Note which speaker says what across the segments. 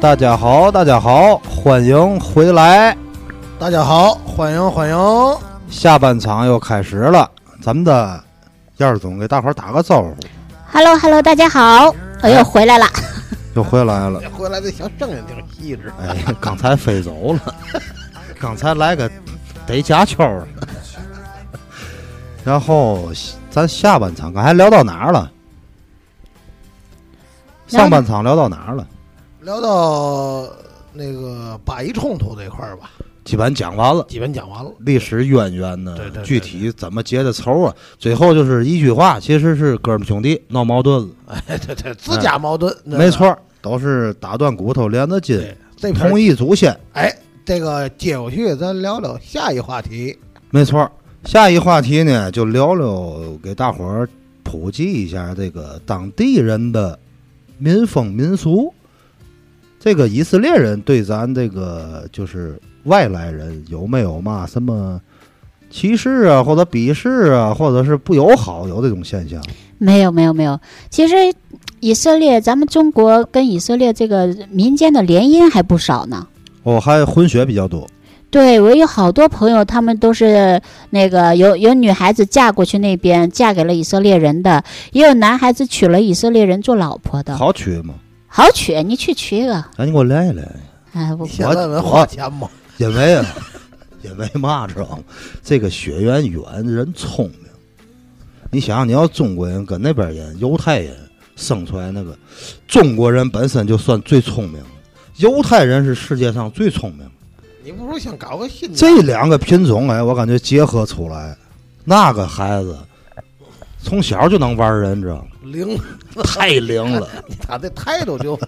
Speaker 1: 大家好，大家好，欢迎回来，
Speaker 2: 大家好，欢迎欢迎，
Speaker 1: 下半场又开始了。咱们的燕儿总给大伙儿打个招呼，
Speaker 3: h e l l o h e l l o 大家好，我
Speaker 2: 哎
Speaker 3: 又回来了。
Speaker 1: 又回来了。
Speaker 2: 回来这小声音挺细致。
Speaker 1: 哎，刚才飞走了， 刚才来个逮假球儿的。然后咱下半场刚才聊到哪儿了？
Speaker 3: 聊
Speaker 1: 上半场聊到哪儿了？
Speaker 2: 聊到那个巴以冲突这块儿吧，
Speaker 1: 基本讲完了。
Speaker 2: 基本讲完了。
Speaker 1: 历史渊源呢
Speaker 2: 对对？对
Speaker 1: 具体怎么结的仇啊？最后就是一句话，其实是哥们兄弟闹矛盾了，
Speaker 2: 哎，对对，自家矛盾，对吧
Speaker 1: 没。错儿，都是打断骨头连着筋，
Speaker 2: 对，这边
Speaker 1: 同一祖先，
Speaker 2: 哎，这个接过去，咱聊聊下一话题。
Speaker 1: 没错儿。下一话题呢，就聊聊给大伙儿普及一下这个当地人的民风民俗。这个以色列人对咱这个就是外来人有没有嘛什么歧视啊，或者鄙视啊，或者是不友好，有这种现象？
Speaker 3: 没有没有没有，其实以色列，咱们中国跟以色列这个民间的联姻还不少呢。
Speaker 1: 哦，还混血比较多。
Speaker 3: 对我有好多朋友，他们都是那个有有女孩子嫁过去那边，嫁给了以色列人的，也有男孩子娶了以色列人做老婆的。
Speaker 1: 好取吗？
Speaker 3: 好娶，你去娶一个。
Speaker 1: 哎，你给我来一来。
Speaker 3: 哎，我
Speaker 2: 你现在问
Speaker 1: 我
Speaker 2: 花钱吗？
Speaker 1: 因为啊， 因为嘛知道吗？这个血缘远，人聪明。你想想，你要中国人跟那边人、犹太人生出来那个，中国人本身就算最聪明的，犹太人是世界上最聪明的。
Speaker 2: 你不如先搞个新的。
Speaker 1: 这两个品种，哎，我感觉结合出来，那个孩子从小就能玩人，你知道吗？
Speaker 2: 灵，
Speaker 1: 太灵了，
Speaker 2: 他这 态度就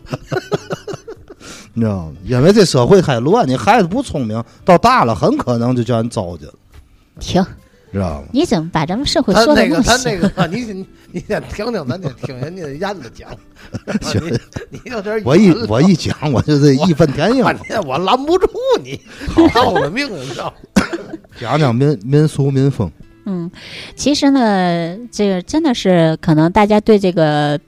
Speaker 1: 你知道吗？因为这社会太乱，你孩子不聪明，到大了很可能就叫人糟践了，
Speaker 3: 停，
Speaker 1: 知道吗？
Speaker 3: 你怎么把咱们社会
Speaker 2: 他
Speaker 3: 说的
Speaker 2: 那
Speaker 3: 么
Speaker 2: 个他
Speaker 3: 邪
Speaker 2: 那个，啊你你你先听听，咱得听人家燕子讲。
Speaker 1: 行
Speaker 2: 你你有点远
Speaker 1: 我 一
Speaker 2: 了
Speaker 1: 我一讲，我就这义愤填膺。
Speaker 2: 半天我拦不住你， 要了命了，你知道吗？
Speaker 1: 讲讲民民俗民风，
Speaker 3: 嗯，其实呢，这个真的是可能大家对这个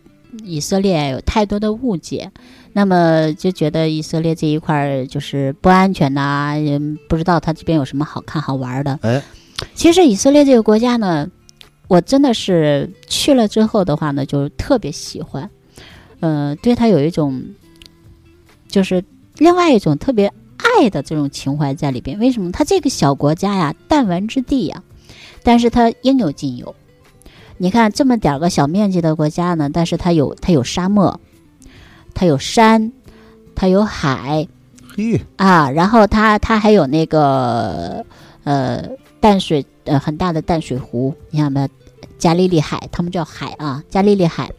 Speaker 3: 以色列有太多的误解，那么就觉得以色列这一块儿就是不安全呐、也不知道它这边有什么好看好玩儿的。
Speaker 1: 哎，
Speaker 3: 其实以色列这个国家呢，我真的是去了之后的话呢，就特别喜欢，呃，对它有一种就是另外一种特别爱的这种情怀在里边。为什么？它这个小国家呀，弹丸之地啊呀，但是它应有尽有。你看这么点儿个小面积的国家呢，但是它有它有沙漠，它有山，它有海
Speaker 1: 嘿，
Speaker 3: 啊，然后它它还有那个呃淡水呃很大的淡水湖，你看没有？加利利海，他们叫海啊，加利利海，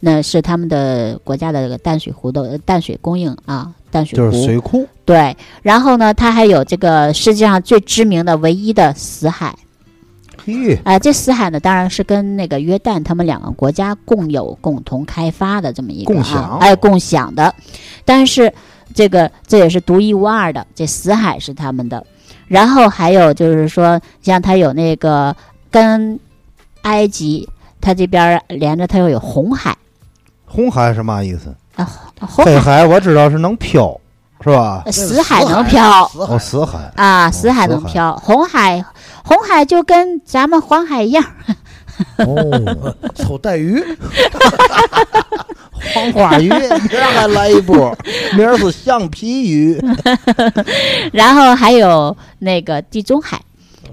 Speaker 3: 那是他们的国家的这个淡水湖的呃淡水供应啊，淡水
Speaker 1: 就
Speaker 3: 湖。
Speaker 1: 是水库，
Speaker 3: 对，然后呢，它还有这个世界上最知名的唯一的死海，
Speaker 1: 嘿，
Speaker 3: 啊、这死海呢，当然是跟那个约旦他们两个国家共有、共同开发的这么一个
Speaker 1: 共
Speaker 3: 啊
Speaker 1: 享，
Speaker 3: 哎，共享的。但是这个这也是独一无二的，这死海是他们的。然后还有就是说，像它有那个跟埃及，它这边儿连着它又有红海，啊
Speaker 1: 红海是嘛意 思？
Speaker 3: 红
Speaker 1: 黑
Speaker 3: 海、
Speaker 1: 海我知道是能漂，是吧？
Speaker 3: 呃死海能漂，
Speaker 2: 死海
Speaker 1: 哦，死海，哦
Speaker 3: 啊，死海
Speaker 1: 死
Speaker 3: 能
Speaker 1: 海
Speaker 3: 漂，红海红海就跟咱们黄海一样，
Speaker 1: 哦，
Speaker 2: 瞅带鱼，
Speaker 1: 黄花鱼，明儿还来一波，明儿是橡皮鱼，
Speaker 3: 然后还有那个地中海，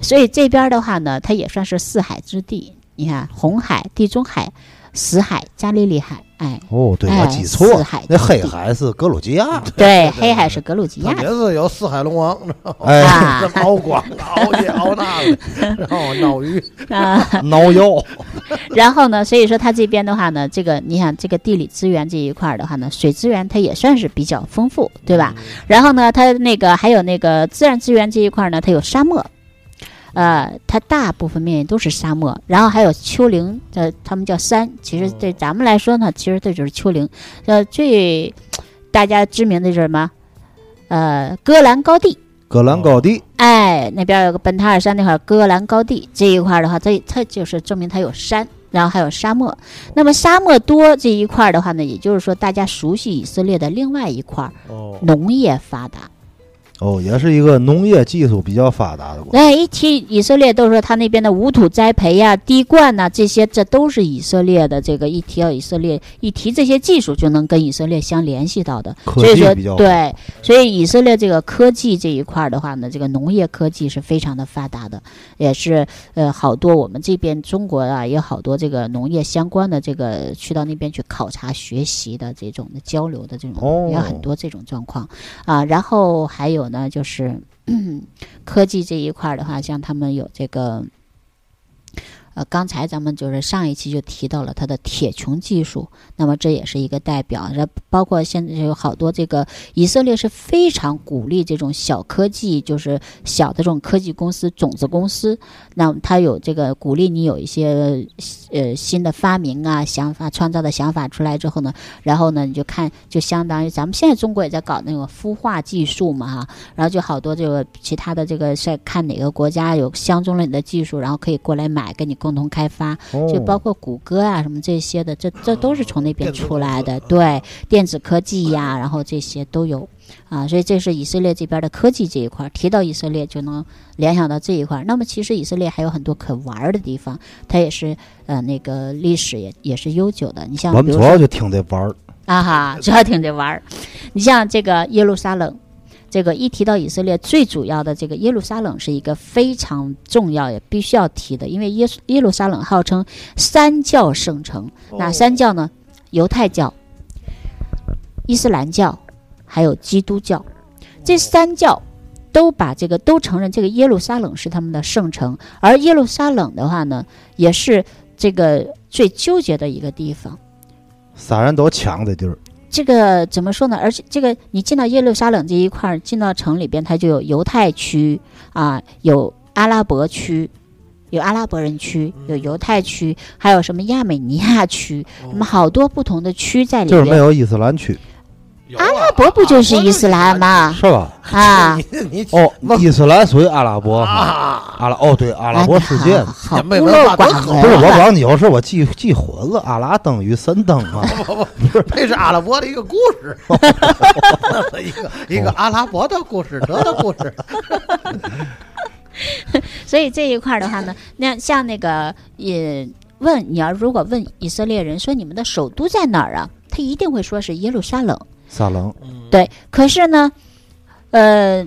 Speaker 3: 所以这边的话呢，它也算是四海之地。你看，红海、地中海、死海、加利利海，哎，
Speaker 1: 哦，对
Speaker 3: 哎
Speaker 1: 我记错
Speaker 3: 四
Speaker 1: 了
Speaker 3: 海，
Speaker 1: 那黑海是格鲁吉 亚，
Speaker 3: 对，黑海是格鲁吉
Speaker 2: 他
Speaker 3: 亚
Speaker 2: 也是有四海龙 王，知道吗？
Speaker 1: 哎，
Speaker 3: 啊
Speaker 2: 这熬光熬夜熬那个，然后闹鱼，
Speaker 3: 啊。
Speaker 1: 挠腰，
Speaker 3: 然后呢，所以说它这边的话呢，这个你想这个地理资源这一块儿的话呢，水资源它也算是比较丰富，对吧？然后呢，它那个还有那个自然资源这一块儿呢，它有沙漠，呃，它大部分面积都是沙漠，然后还有丘陵，呃，他们叫山。其实对咱们来说呢，其实这就是丘陵。呃，最大家知名的就是什么？呃，戈兰高地。
Speaker 1: 戈兰高地，
Speaker 3: 哎，那边有个本塔尔山那块儿戈兰高地这一块儿的话，这它就是证明它有山，然后还有沙漠。那么沙漠多这一块儿的话呢，也就是说大家熟悉以色列的另外一块儿
Speaker 2: 哦，
Speaker 3: 农业发达。
Speaker 1: 哦，也是一个农业技术比较发达的国家。
Speaker 3: 哎，一提以色列，都说他那边的无土栽培呀、滴灌呐、这些，这都是以色列的。这个一提到以色列，一提这些技术，就能跟以色列相联系到的。
Speaker 1: 科
Speaker 3: 所以
Speaker 1: 技
Speaker 3: 说
Speaker 1: 比较，发达，
Speaker 3: 对，所以以色列这个科技这一块儿的话呢，这个农业科技是非常的发达的，也是呃好多我们这边中国啊，也有好多这个农业相关的这个去到那边去考察学习的这种的交流的这种，
Speaker 1: 哦
Speaker 3: 也有很多这种状况啊。然后还有呢，就是、 嗯、科技这一块儿的话，像他们有这个。呃，刚才咱们就是上一期就提到了它的铁穹技术，那么这也是一个代表。然后包括现在有好多这个以色列是非常鼓励这种小科技，就是小的这种科技公司、种子公司。那它有这个鼓励你有一些呃新的发明啊、想法、创造的想法出来之后呢，然后呢你就看，就相当于咱们现在中国也在搞那个孵化技术嘛哈，然后就好多这个其他的这个是看哪个国家有相中了你的技术，然后可以过来买，跟你共同开发。
Speaker 1: 哦
Speaker 3: 就包括谷歌啊什么这些的，这这都是从那边
Speaker 2: 电子
Speaker 3: 出来的，
Speaker 2: 公司
Speaker 3: 对，电子科技呀、然后这些都有啊，所以这是以色列这边的科技这一块儿。提到以色列，就能联想到这一块儿。那么其实以色列还有很多可玩儿的地方，它也是呃那个历史也也是悠久的。你像
Speaker 1: 我
Speaker 3: 比
Speaker 1: 们
Speaker 3: 如
Speaker 1: 主
Speaker 3: 说
Speaker 1: 要就听这玩儿，
Speaker 3: 啊哈，主要挺着玩儿。你像这个耶路撒冷，这个一提到以色列，最主要的这个耶路撒冷是一个非常重要也必须要提的，因为耶稣耶路撒冷号称三教圣城。哪三教呢？犹太教、伊斯兰教，还有基督教，这三教都把这个都承认这个耶路撒冷是他们的圣城，而耶路撒冷的话呢，也是这个最纠结的一个地方。
Speaker 1: 仨人都抢这地儿，
Speaker 3: 这个怎么说呢？而且这个你进到耶路撒冷这一块儿，进到城里边，它就有犹太区啊，有阿拉伯区，有阿拉伯人区，
Speaker 1: 嗯
Speaker 3: 有犹太区，还有什么亚美尼亚区，
Speaker 2: 哦
Speaker 3: 那么好多不同的区在里
Speaker 1: 就是没
Speaker 3: 边。
Speaker 1: 有伊斯兰区，
Speaker 2: 有
Speaker 3: 阿
Speaker 2: 啊
Speaker 3: 拉伯不就是伊斯兰？吗？
Speaker 1: 是吧？
Speaker 3: 啊，
Speaker 2: 你你
Speaker 1: 哦，伊斯兰属于阿拉伯哈，
Speaker 2: 啊，
Speaker 1: 阿拉哦对，阿拉伯世界
Speaker 3: 啊。好好
Speaker 2: 也没
Speaker 3: 孤
Speaker 2: 文
Speaker 3: 陋
Speaker 2: 化
Speaker 3: 寡
Speaker 2: 都好
Speaker 1: 不是我
Speaker 3: 闻啊
Speaker 1: 告诉你，有时候我记记混了，阿拉登与神灯啊，
Speaker 2: 这是阿拉伯的一个故事，一个一个阿拉伯的故事，德的故事。
Speaker 3: 所以这一块儿的话呢，那像那个也问你要如果问以色列人说你们的首都在哪儿啊，他一定会说是耶路撒冷。
Speaker 1: 撒冷
Speaker 3: 对，可是呢，呃，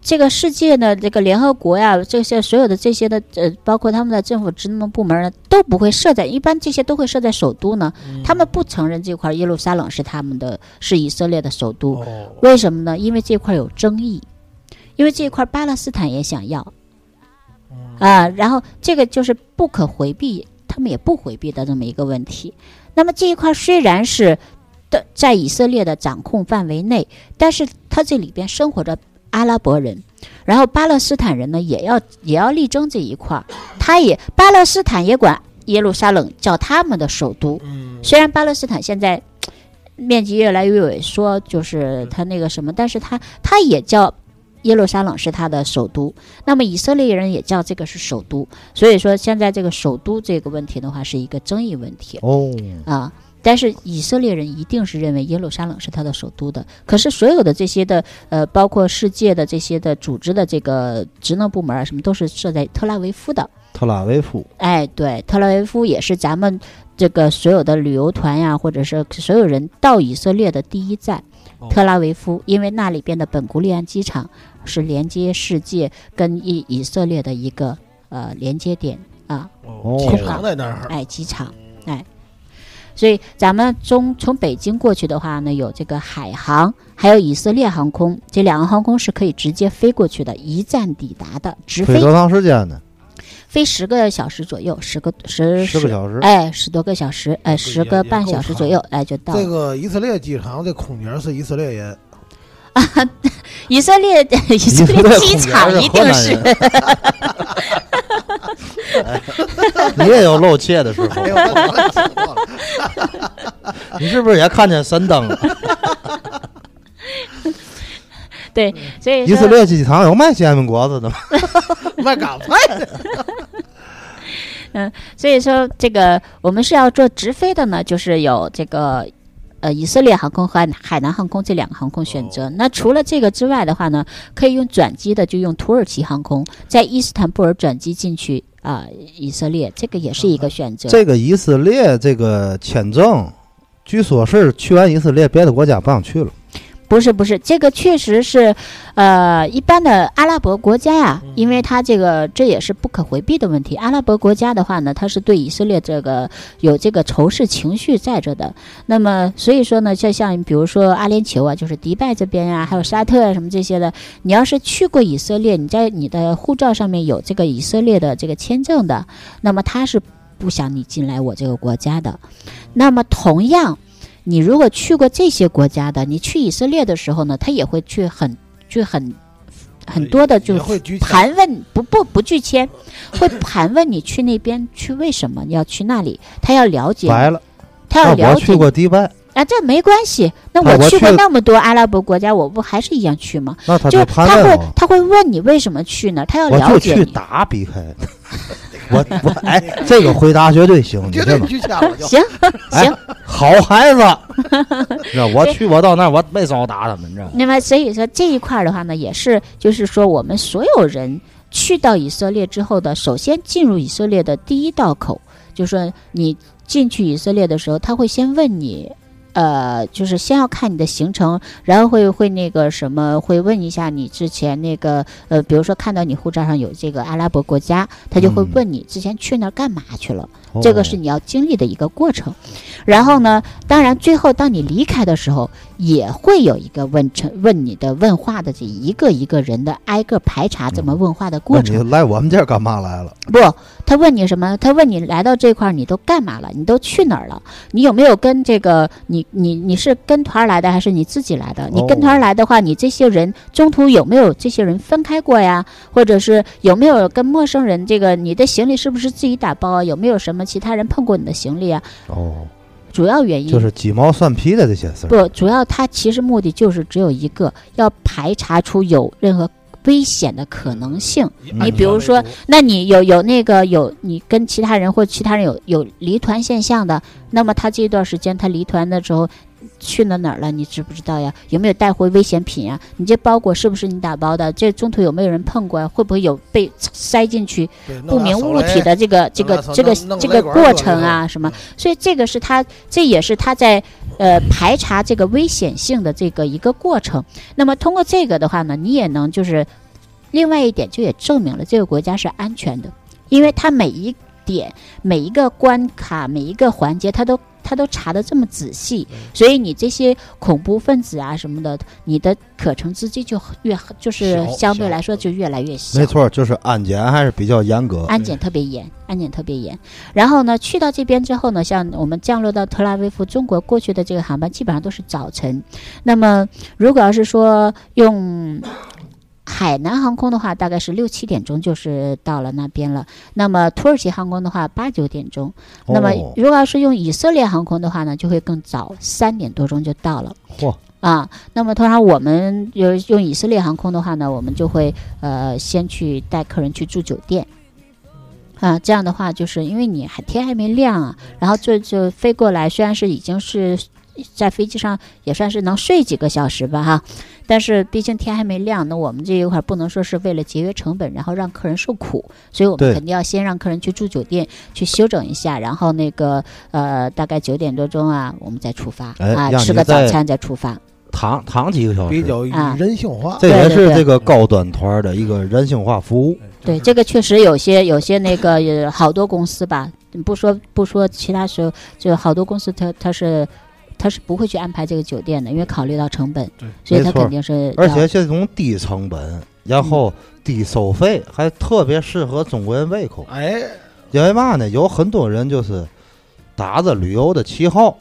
Speaker 3: 这个世界呢，这个联合国呀，这些所有的这些的，呃，包括他们的政府职能部门呢，都不会设在，一般这些都会设在首都呢。他们不承认这块耶路撒冷是他们的，是以色列的首都。
Speaker 2: 哦，
Speaker 3: 为什么呢？因为这块有争议，因为这块巴勒斯坦也想要，啊、然后这个就是不可回避，他们也不回避的这么一个问题。那么这一块虽然是的在以色列的掌控范围内，但是它这里边生活着阿拉伯人，然后巴勒斯坦人呢也要也要力争这一块儿，他也巴勒斯坦也管耶路撒冷叫他们的首都，
Speaker 2: 嗯，
Speaker 3: 虽然巴勒斯坦现在面积越来越萎缩，就是它那个什么，但是它它也叫耶路撒冷是它的首都。那么以色列人也叫这个是首都，所以说现在这个首都这个问题的话是一个争议问题
Speaker 1: 哦，
Speaker 3: 啊。但是以色列人一定是认为耶路撒冷是他的首都的。可是所有的这些的呃，包括世界的这些的组织的这个职能部门啊，什么都是设在特拉维夫的。
Speaker 1: 特拉维夫
Speaker 3: 哎，对，特拉维夫也是咱们这个所有的旅游团呀，或者是所有人到以色列的第一站，
Speaker 2: 哦
Speaker 3: 特拉维夫，因为那里边的本古利安机场是连接世界跟以以色列的一个呃连接点啊，
Speaker 2: 哦
Speaker 1: 哦
Speaker 2: 机场在那儿，
Speaker 3: 哎，机场，哎，所以咱们中从北京过去的话呢，有这个海航，还有以色列航空，这两个航空是可以直接飞过去的，一站抵达的，直
Speaker 1: 飞
Speaker 3: 飞
Speaker 1: 多长时间呢？
Speaker 3: 飞十个小时左右，十个十
Speaker 1: 十个小时。
Speaker 3: 哎，十多个小时，哎，
Speaker 2: 也
Speaker 3: 十个半小时左右，哎，就到了。
Speaker 2: 这个以色列机场的空姐是以色列人，
Speaker 3: 以色列 以色
Speaker 1: 以色
Speaker 3: 列
Speaker 1: 列
Speaker 3: 机场一定是
Speaker 1: 恐， 哎你也有露怯的时候
Speaker 2: 哎，呦，我听过了，
Speaker 1: 你是不是也看见神 灯了？
Speaker 3: 对，所以
Speaker 1: 以色
Speaker 3: 说，
Speaker 1: 列机场有卖煎饼果子的吗？
Speaker 2: 卖港菜的，
Speaker 3: 嗯，所以说这个我们是要做直飞的呢，就是有这个呃以色列航空和海南航空这两个航空选择。那除了这个之外的话呢，可以用转机的，就用土耳其航空在伊斯坦布尔转机进去啊、以色列这个也是一个选择。
Speaker 1: 这个以色列这个签证，据说是去完以色列，别的国家不想去了。
Speaker 3: 不是不是，这个确实是，呃，一般的阿拉伯国家呀、因为它这个这也是不可回避的问题。阿拉伯国家的话呢，它是对以色列这个有这个仇视情绪在这的。那么所以说呢，就像比如说阿联酋啊，就是迪拜这边呀、还有沙特啊什么这些的，你要是去过以色列，你在你的护照上面有这个以色列的这个签证的，那么他是不想你进来我这个国家的。那么同样。你如果去过这些国家的，你去以色列的时候呢，他也会去很去很很多的就
Speaker 2: 也
Speaker 3: 是
Speaker 2: 会举起来
Speaker 3: 盘问，不不不 拒签，会盘问你去那边去为什么你要去那里，他要了解，
Speaker 1: 白了，
Speaker 3: 他要
Speaker 1: 那我
Speaker 3: 了解。
Speaker 1: 去过迪拜，
Speaker 3: 啊，这没关系。那
Speaker 1: 啊我
Speaker 3: 我去过
Speaker 1: 去
Speaker 3: 那么多阿拉伯国家，我不还是一样去吗？
Speaker 1: 那他
Speaker 3: 就
Speaker 1: 就是盘
Speaker 3: 他
Speaker 1: 问
Speaker 3: 会
Speaker 1: 我，
Speaker 3: 他会问你为什么去呢？他要
Speaker 1: 我
Speaker 3: 了
Speaker 1: 就
Speaker 3: 解
Speaker 1: 去
Speaker 3: 你。
Speaker 1: 打 BK。我我哎，这个回答绝对行，你
Speaker 2: 绝
Speaker 1: 信
Speaker 2: 对
Speaker 1: 吗？
Speaker 2: 拒签我就。
Speaker 3: 行，
Speaker 1: 哎
Speaker 3: 行，
Speaker 1: 好孩子， 那我去，我到那儿我没少打他们，你知道吗？
Speaker 3: 那么所以说这一块儿的话呢，也是就是说我们所有人去到以色列之后的，首先进入以色列的第一道口，就是说你进去以色列的时候，他会先问你。呃，就是先要看你的行程，然后会会那个什么，会问一下你之前那个呃，比如说看到你护照上有这个阿拉伯国家，他就会
Speaker 1: 嗯
Speaker 3: 问你之前去那儿干嘛去了。
Speaker 1: 哦
Speaker 3: 这个是你要经历的一个过程。然后呢，当然最后当你离开的时候，也会有一个问成问你的问话的这一个一个人的挨个排查这么问话的过
Speaker 1: 那你
Speaker 3: 程。
Speaker 1: 来我们这儿干嘛来了？
Speaker 3: 不，他问你什么？他问你来到这块儿你都干嘛了？你都去哪儿了？你有没有跟这个你你你是跟团儿来的还是你自己来
Speaker 1: 哦
Speaker 3: 的？你跟团儿来的话，你这些人中途有没有这些人分开过呀？或者是有没有跟陌生人这个你的行李是不是自己打包啊？有没有什么其他人碰过你的行李啊？
Speaker 1: 哦，
Speaker 3: 主要原因
Speaker 1: 就是鸡毛蒜皮的这些事儿。
Speaker 3: 不，主要它其实目的就是只有一个，要排查出有任何危险的可能性。
Speaker 1: 你
Speaker 3: 比如说，那你有有那个有你跟其他人或其他人有有离团现象的，那么他这段时间他离团的时候去了哪儿了，你知不知道呀？有没有带回危险品啊？你这包裹是不是你打包的？这中途有没有人碰过呀？会不会有被塞进去不明物体的这个这个
Speaker 2: 弄
Speaker 3: 这个
Speaker 2: 弄弄
Speaker 3: 这
Speaker 2: 个
Speaker 3: 个
Speaker 2: 雷管儿弄
Speaker 3: 过
Speaker 2: 个嗯
Speaker 3: 程
Speaker 2: 雷管
Speaker 3: 啊
Speaker 2: 儿
Speaker 3: 什么，所以这个是他这也是他在呃排查这个危险性的这个一个过程。那么通过这个的话呢，你也能就是另外一点就也证明了这个国家是安全的，因为它每一点每一个关卡每一个环节它都。它都查的这么仔细，所以你这些恐怖分子啊什么的，你的可乘之机就越就是
Speaker 2: 小
Speaker 3: 相对
Speaker 2: 小
Speaker 3: 来说就越来越小。
Speaker 1: 没错，就是安检还是比较严格。
Speaker 3: 安检特别严，安检特别严。然后呢，去到这边之后呢，像我们降落到特拉维夫，中国过去的这个航班基本上都是早晨。那么如果要是说用海南航空的话，大概是六七点钟就是到了那边了。那么土耳其航空的话，八九点钟。那么
Speaker 1: 哦
Speaker 3: 如果要是用以色列航空的话呢，就会更早，三点多钟就到了。
Speaker 1: 嚯，
Speaker 3: 啊，那么通常我们有用以色列航空的话呢，我们就会呃先去带客人去住酒店。啊，这样的话，就是因为你还天还没亮啊，然后就就飞过来，虽然是已经是在飞机上也算是能睡几个小时吧哈，但是毕竟天还没亮，那我们这一块儿不能说是为了节约成本，然后让客人受苦，所以我
Speaker 1: 对
Speaker 3: 们肯定要先让客人去住酒店去休整一下，然后那个呃大概九点多钟啊，我们再出发、
Speaker 1: 哎
Speaker 3: 啊，
Speaker 1: 让
Speaker 3: 吃
Speaker 1: 你
Speaker 3: 个早
Speaker 1: 在
Speaker 3: 餐再出发。
Speaker 1: 躺躺几个小
Speaker 2: 比
Speaker 1: 时，
Speaker 2: 较
Speaker 3: 啊
Speaker 2: 人性化。
Speaker 1: 这也
Speaker 3: 对对
Speaker 1: 是
Speaker 3: 对
Speaker 1: 这个高端团的一个人性化服务。
Speaker 3: 对，这个确实有些有些那个呃好多公司吧，不说不说其他时候，就好多公司它它是它是不会去安排这个酒店的，因为考虑到成本
Speaker 2: 对，
Speaker 3: 所以它
Speaker 1: 没错
Speaker 3: 肯定是
Speaker 1: 而
Speaker 3: 要
Speaker 1: 且这种低成本，然后低收费，还特别适合中国人胃口。
Speaker 2: 哎，
Speaker 1: 因为嘛呢，有很多人就是打着旅游的旗号，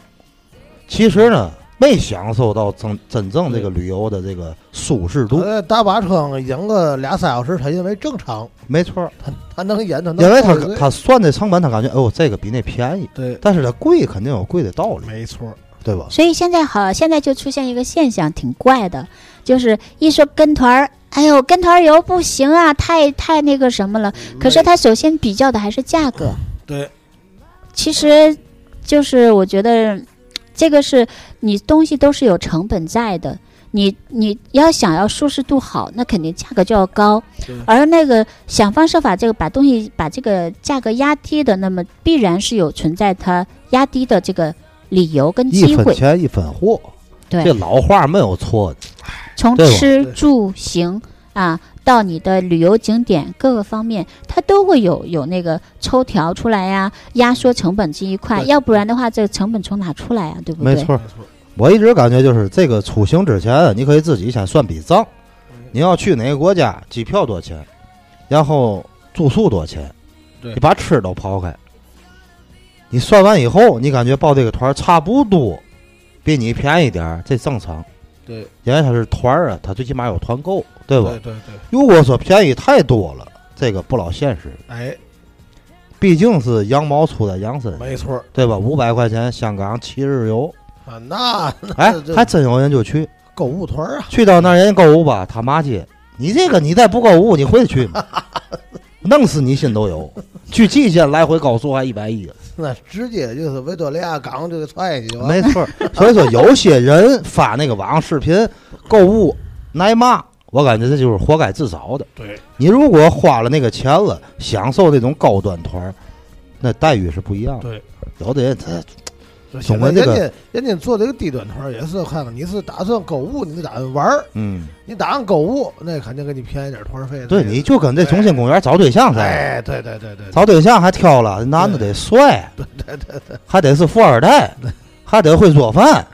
Speaker 1: 其实呢没享受到真真正这个旅游的这个舒适度。
Speaker 2: 呃，大巴车演个俩三小时，他因为正常，
Speaker 1: 没错，
Speaker 2: 他能演，他能
Speaker 1: 因为他
Speaker 2: 到位
Speaker 1: 他算这成本，他感觉哎呦这个比那便宜，
Speaker 2: 对，
Speaker 1: 但是它贵肯定有贵的道理，
Speaker 2: 没错，
Speaker 1: 对吧？
Speaker 3: 所以现在好，现在就出现一个现象，挺怪的，就是一说跟团儿，哎呦，跟团儿游不行啊，太太那个什么了。可是他首先比较的还是价格，
Speaker 2: 嗯对，
Speaker 3: 其实就是我觉得这个是你东西都是有成本在的，你你要想要舒适度好，那肯定价格就要高
Speaker 2: 对，
Speaker 3: 而那个想方设法这个把东西把这个价格压低的，那么必然是有存在它压低的这个理由跟
Speaker 1: 一
Speaker 3: 机
Speaker 1: 分
Speaker 3: 会。
Speaker 1: 钱一分货，
Speaker 3: 对
Speaker 1: 这老话没有错的。
Speaker 3: 从
Speaker 1: 对吧
Speaker 3: 吃
Speaker 2: 对
Speaker 3: 住行啊，到你的旅游景点各个方面，它都会有有那个抽条出来呀、压缩成本这一块，
Speaker 2: 对
Speaker 3: 要不然的话，这个成本从哪出来呀、啊对不对？
Speaker 1: 没错
Speaker 2: 没
Speaker 1: 儿，
Speaker 2: 错，
Speaker 1: 我一直感觉就是这个出行之前啊，你可以自己先算笔账，你要去哪个国家，机票多少钱，然后住宿多少钱，
Speaker 2: 对
Speaker 1: 你把吃都抛开，你算完以后，你感觉报这个团儿差不多，比你便宜点儿，这正常。
Speaker 2: 对，
Speaker 1: 因为它是团儿啊，它最起码有团购，对吧？
Speaker 2: 对对对，
Speaker 1: 如果说便宜太多了，这个不老现实，
Speaker 2: 哎，
Speaker 1: 毕竟是羊毛出在羊身上，
Speaker 2: 没错
Speaker 1: 对吧？五百块钱香港七日 游，
Speaker 2: 啊，那
Speaker 1: 哎
Speaker 2: 这，
Speaker 1: 还真有人就去，
Speaker 2: 购物团儿啊，
Speaker 1: 去到那儿人家购物吧，他骂街，你这个你再不购物，你回得去吗？弄死你心都有。去蓟县来回高速还一百一，
Speaker 2: 那直接就是维多利亚港就给踹进去了，
Speaker 1: 没错儿。所以说，有些人发那个网上视频购物挨骂，我感觉这就是活该自找的。
Speaker 2: 对，
Speaker 1: 你如果花了那个钱了，享受这种高端团儿，那待遇是不一样的。
Speaker 2: 对，
Speaker 1: 有的人他
Speaker 2: 就
Speaker 1: 总
Speaker 2: 现
Speaker 1: 归这
Speaker 2: 在人
Speaker 1: 个
Speaker 2: 家人家做这个低端团儿也是看看你是打算购物，你是打算玩儿，
Speaker 1: 嗯，
Speaker 2: 你打算购物，那肯定给你便宜点团儿费的。
Speaker 1: 对，你就跟这中心公园找对象似的，
Speaker 2: 哎，对对对对，
Speaker 1: 找对象还挑了，男的得帅，对对对，还得是富二代，还得会做饭，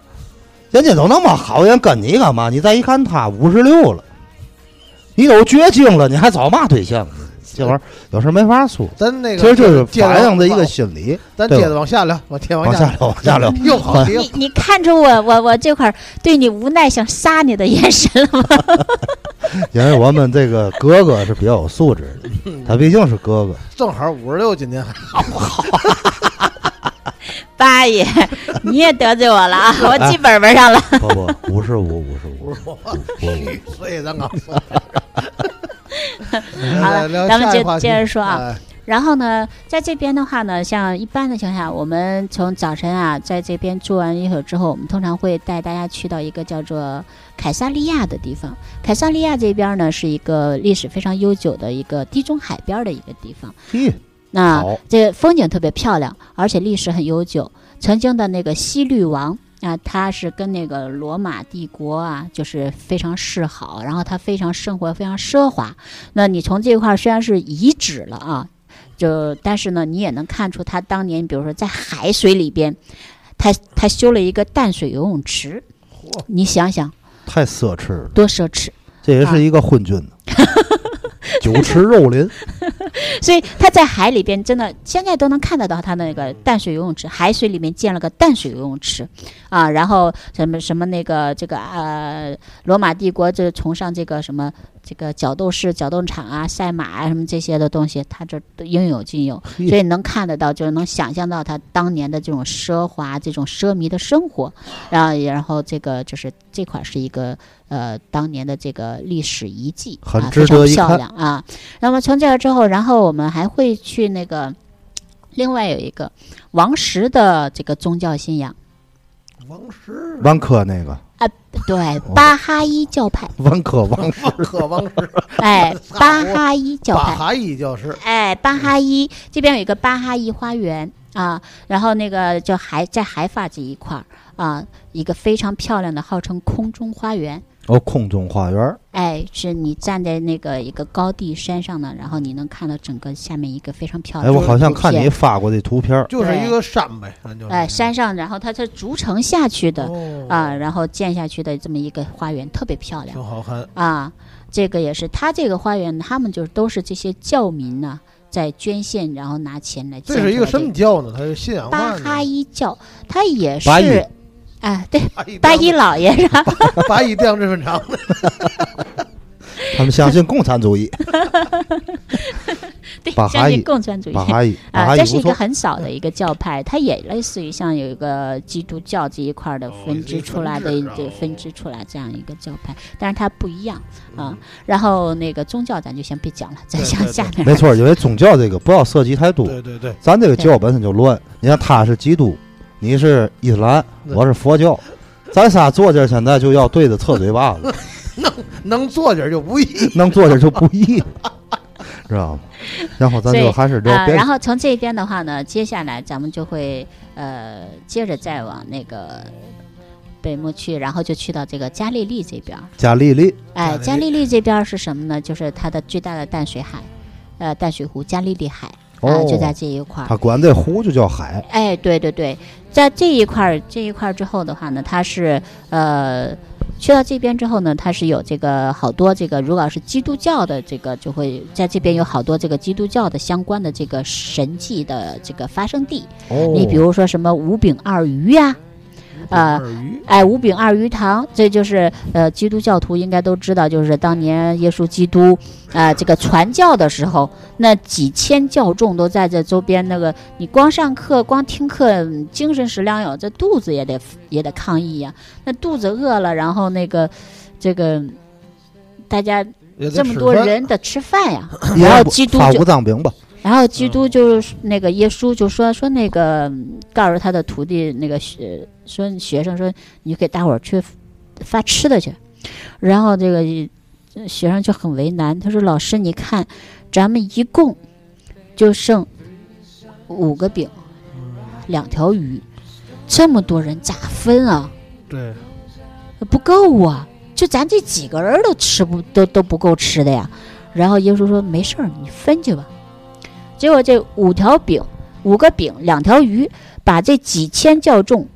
Speaker 1: 人家都那么好，人跟你干嘛？你再一看他五十六了，你都绝经了，你还找嘛对象？这玩意儿有时候没法说，
Speaker 2: 咱那
Speaker 1: 其
Speaker 2: 个
Speaker 1: 实就是
Speaker 2: 接着
Speaker 1: 反映的一
Speaker 2: 往
Speaker 1: 个心理。
Speaker 2: 咱
Speaker 1: 对
Speaker 2: 接
Speaker 1: 吧
Speaker 2: 着往下聊，往天
Speaker 1: 往
Speaker 2: 下
Speaker 1: 下聊，往下聊。
Speaker 2: 又跑题了
Speaker 3: 你。你看出我我我这块儿对你无奈想杀你的眼神 了吗？
Speaker 1: 因为我们这个哥哥是比较有素质的， 他毕竟是哥哥，
Speaker 2: 正好五十六，今天还
Speaker 3: 八爷，你也得罪我 了啊！我记本本上了。
Speaker 1: 不不，五十五，五十 五，
Speaker 2: 所以咱刚说，
Speaker 3: 好 了
Speaker 2: 聊
Speaker 3: 咱们
Speaker 2: 下一
Speaker 3: 接
Speaker 2: 话题
Speaker 3: 接着说啊，
Speaker 2: 哎
Speaker 3: 然后呢，在这边的话呢，像一般的情况下，我们从早晨啊，在这边住完一会儿之后，我们通常会带大家去到一个叫做凯撒利亚的地方。凯撒利亚这边呢，是一个历史非常悠久的一个地中海边的一个地方。
Speaker 1: 嘿，
Speaker 3: 那
Speaker 1: 好，
Speaker 3: 这风景特别漂亮，而且历史很悠久。曾经的那个西律王啊，他是跟那个罗马帝国啊，就是非常示好，然后他非常生活非常奢华。那你从这块儿虽然是遗址了啊，就但是呢，你也能看出他当年，比如说在海水里边，他他修了一个淡水游泳池，
Speaker 2: 嚯
Speaker 3: 你想想
Speaker 1: 太奢侈了，
Speaker 3: 多奢侈。
Speaker 1: 这也是一个昏 君，酒池肉林，
Speaker 3: 所以他在海里边真的现在都能看得到他那个淡水游泳池，海水里面建了个淡水游泳池，啊，然后什么什么那个这个呃，罗马帝国这崇尚这个什么这个角斗士、角斗场啊、赛马啊什么这些的东西，他这都应有尽 有，
Speaker 1: 嘿
Speaker 3: 所以能看得到，就是能想象到他当年的这种奢华、这种奢靡的生活，然后然后这个就是这块是一个呃当年的这个历史遗迹，
Speaker 1: 很
Speaker 3: 啊、
Speaker 1: 值
Speaker 3: 非常
Speaker 1: 得一
Speaker 3: 漂
Speaker 1: 看
Speaker 3: 亮啊。那么从这儿之后，然后我们还会去那个另外有一个王石的这个宗教信仰，
Speaker 2: 王石，
Speaker 1: 万科那个，
Speaker 3: 对
Speaker 2: 哦
Speaker 3: 巴哈伊 教派，
Speaker 1: 万科王 石，
Speaker 2: 万科王石，，
Speaker 3: 哎巴哈伊教
Speaker 2: 巴
Speaker 3: 派。
Speaker 2: 哈伊教室，
Speaker 3: 哎，巴哈伊这边有一个巴哈伊花园啊，然后那个就海在海法这一块儿啊，一个非常漂亮的，号称空中花园。
Speaker 1: 哦，空中花园，
Speaker 3: 哎，是你站在那个一个高地山上呢，然后你能看到整个下面一个非常漂
Speaker 1: 哎，
Speaker 3: 亮
Speaker 1: 我
Speaker 3: 的。
Speaker 1: 好像看你发过这图片 儿，
Speaker 2: 就是
Speaker 3: 对
Speaker 2: 一个山呗，咱就是
Speaker 3: 哎，山上，然后它是逐层下去的、
Speaker 2: 哦
Speaker 3: 啊，，然后建下去的这么一个花园，特别漂亮
Speaker 2: 挺。好看，
Speaker 3: 啊，这个也是他这个花园，他们就是都是这些教民呢、在捐献，然后拿钱来建
Speaker 2: 这是一
Speaker 3: 出
Speaker 2: 个
Speaker 3: 来
Speaker 2: 什么教呢？它是信仰
Speaker 3: 巴
Speaker 2: 嘛呢
Speaker 3: 哈伊教，他也
Speaker 1: 巴伊
Speaker 3: 是，啊，对，
Speaker 2: 巴伊
Speaker 3: 巴
Speaker 2: 一
Speaker 3: 伊老爷是吧？
Speaker 2: 巴伊掉这份长，
Speaker 1: 他他们相信共产主义，
Speaker 3: 对
Speaker 1: 巴，哈
Speaker 3: 相
Speaker 1: 伊
Speaker 3: 信共产主义
Speaker 1: 巴哈伊，巴
Speaker 3: 啊，
Speaker 1: 哈
Speaker 3: 这
Speaker 1: 伊
Speaker 3: 是
Speaker 1: 不
Speaker 3: 一个
Speaker 1: 错，
Speaker 3: 很少的一个教派，它也类似于像有一个基督教这一块的
Speaker 2: 哦
Speaker 3: 分
Speaker 2: 一
Speaker 3: 支
Speaker 2: 个
Speaker 3: 出来的
Speaker 2: 分
Speaker 3: 一
Speaker 2: 支
Speaker 3: 个
Speaker 2: 哦
Speaker 3: 分支出来这样一个教派，但是它不一样 啊。然后那个宗教咱就先别讲了，咱
Speaker 2: 对
Speaker 3: 讲
Speaker 2: 对
Speaker 3: 下面
Speaker 1: 没错，因为宗教这个不要涉及太多，
Speaker 2: 对对对，
Speaker 1: 咱这个教本身就乱。你看他是基督，你是伊斯兰，
Speaker 2: 对
Speaker 1: 我是佛教，咱仨坐这儿现在就要对着扯嘴巴 子，
Speaker 2: 能坐点儿就不易。
Speaker 1: 能坐这儿就不易了，知道吗？然后咱
Speaker 3: 所以
Speaker 1: 就还是聊
Speaker 3: 啊。
Speaker 1: 别
Speaker 3: 然后从这一边的话呢，接下来咱们就会呃接着再往那个北牧去，然后就去到这个加利利这边儿。
Speaker 1: 加利利，
Speaker 3: 哎，
Speaker 2: 加
Speaker 3: 加
Speaker 2: 利
Speaker 3: 利利这边儿是什么呢？就是它的巨大的淡水海，呃，淡水湖加利利海啊，
Speaker 1: 哦，
Speaker 3: 就在这一块儿。
Speaker 1: 他管这湖就叫海，
Speaker 3: 哎，对对对，在这一块儿这一块儿之后的话呢，它是呃，去到这边之后呢，它是有这个好多这个，如果是基督教的这个，就会在这边有好多这个基督教的相关的这个神迹的这个发生地。
Speaker 1: 哦，
Speaker 3: 你比如说什么五饼二鱼呀、 啊
Speaker 2: 二鱼
Speaker 3: 哎，五饼二鱼堂，这就是呃，基督教徒应该都知道，就是当年耶稣基督啊、这个传教的时候，那几千教众都在这周边那个，你光上课光听课，嗯精神食粮有，这肚子也得也得抗议呀、那肚子饿了，然后那个这个大家
Speaker 2: 也得
Speaker 3: 这么
Speaker 2: 吃
Speaker 3: 多
Speaker 2: 饭，
Speaker 3: 人得吃饭呀、
Speaker 1: 一人
Speaker 3: 然后
Speaker 1: 哦不
Speaker 3: 基督
Speaker 1: 发
Speaker 3: 就
Speaker 1: 五脏饼吧，
Speaker 3: 然后基督就是那个耶稣就说说那个嗯告诉他的徒弟那个学说学生说你给大伙儿去发吃的去，然后这个呃学生就很为难，他说老师你看咱们一共就剩五个饼，两条鱼，这么多人咋分啊？
Speaker 2: 对，
Speaker 3: 不够啊，就咱这几个人都吃不都都不够吃的呀。然后耶稣说没事儿，你分去吧。结果这五条饼、五个饼、两条鱼，把这几千教众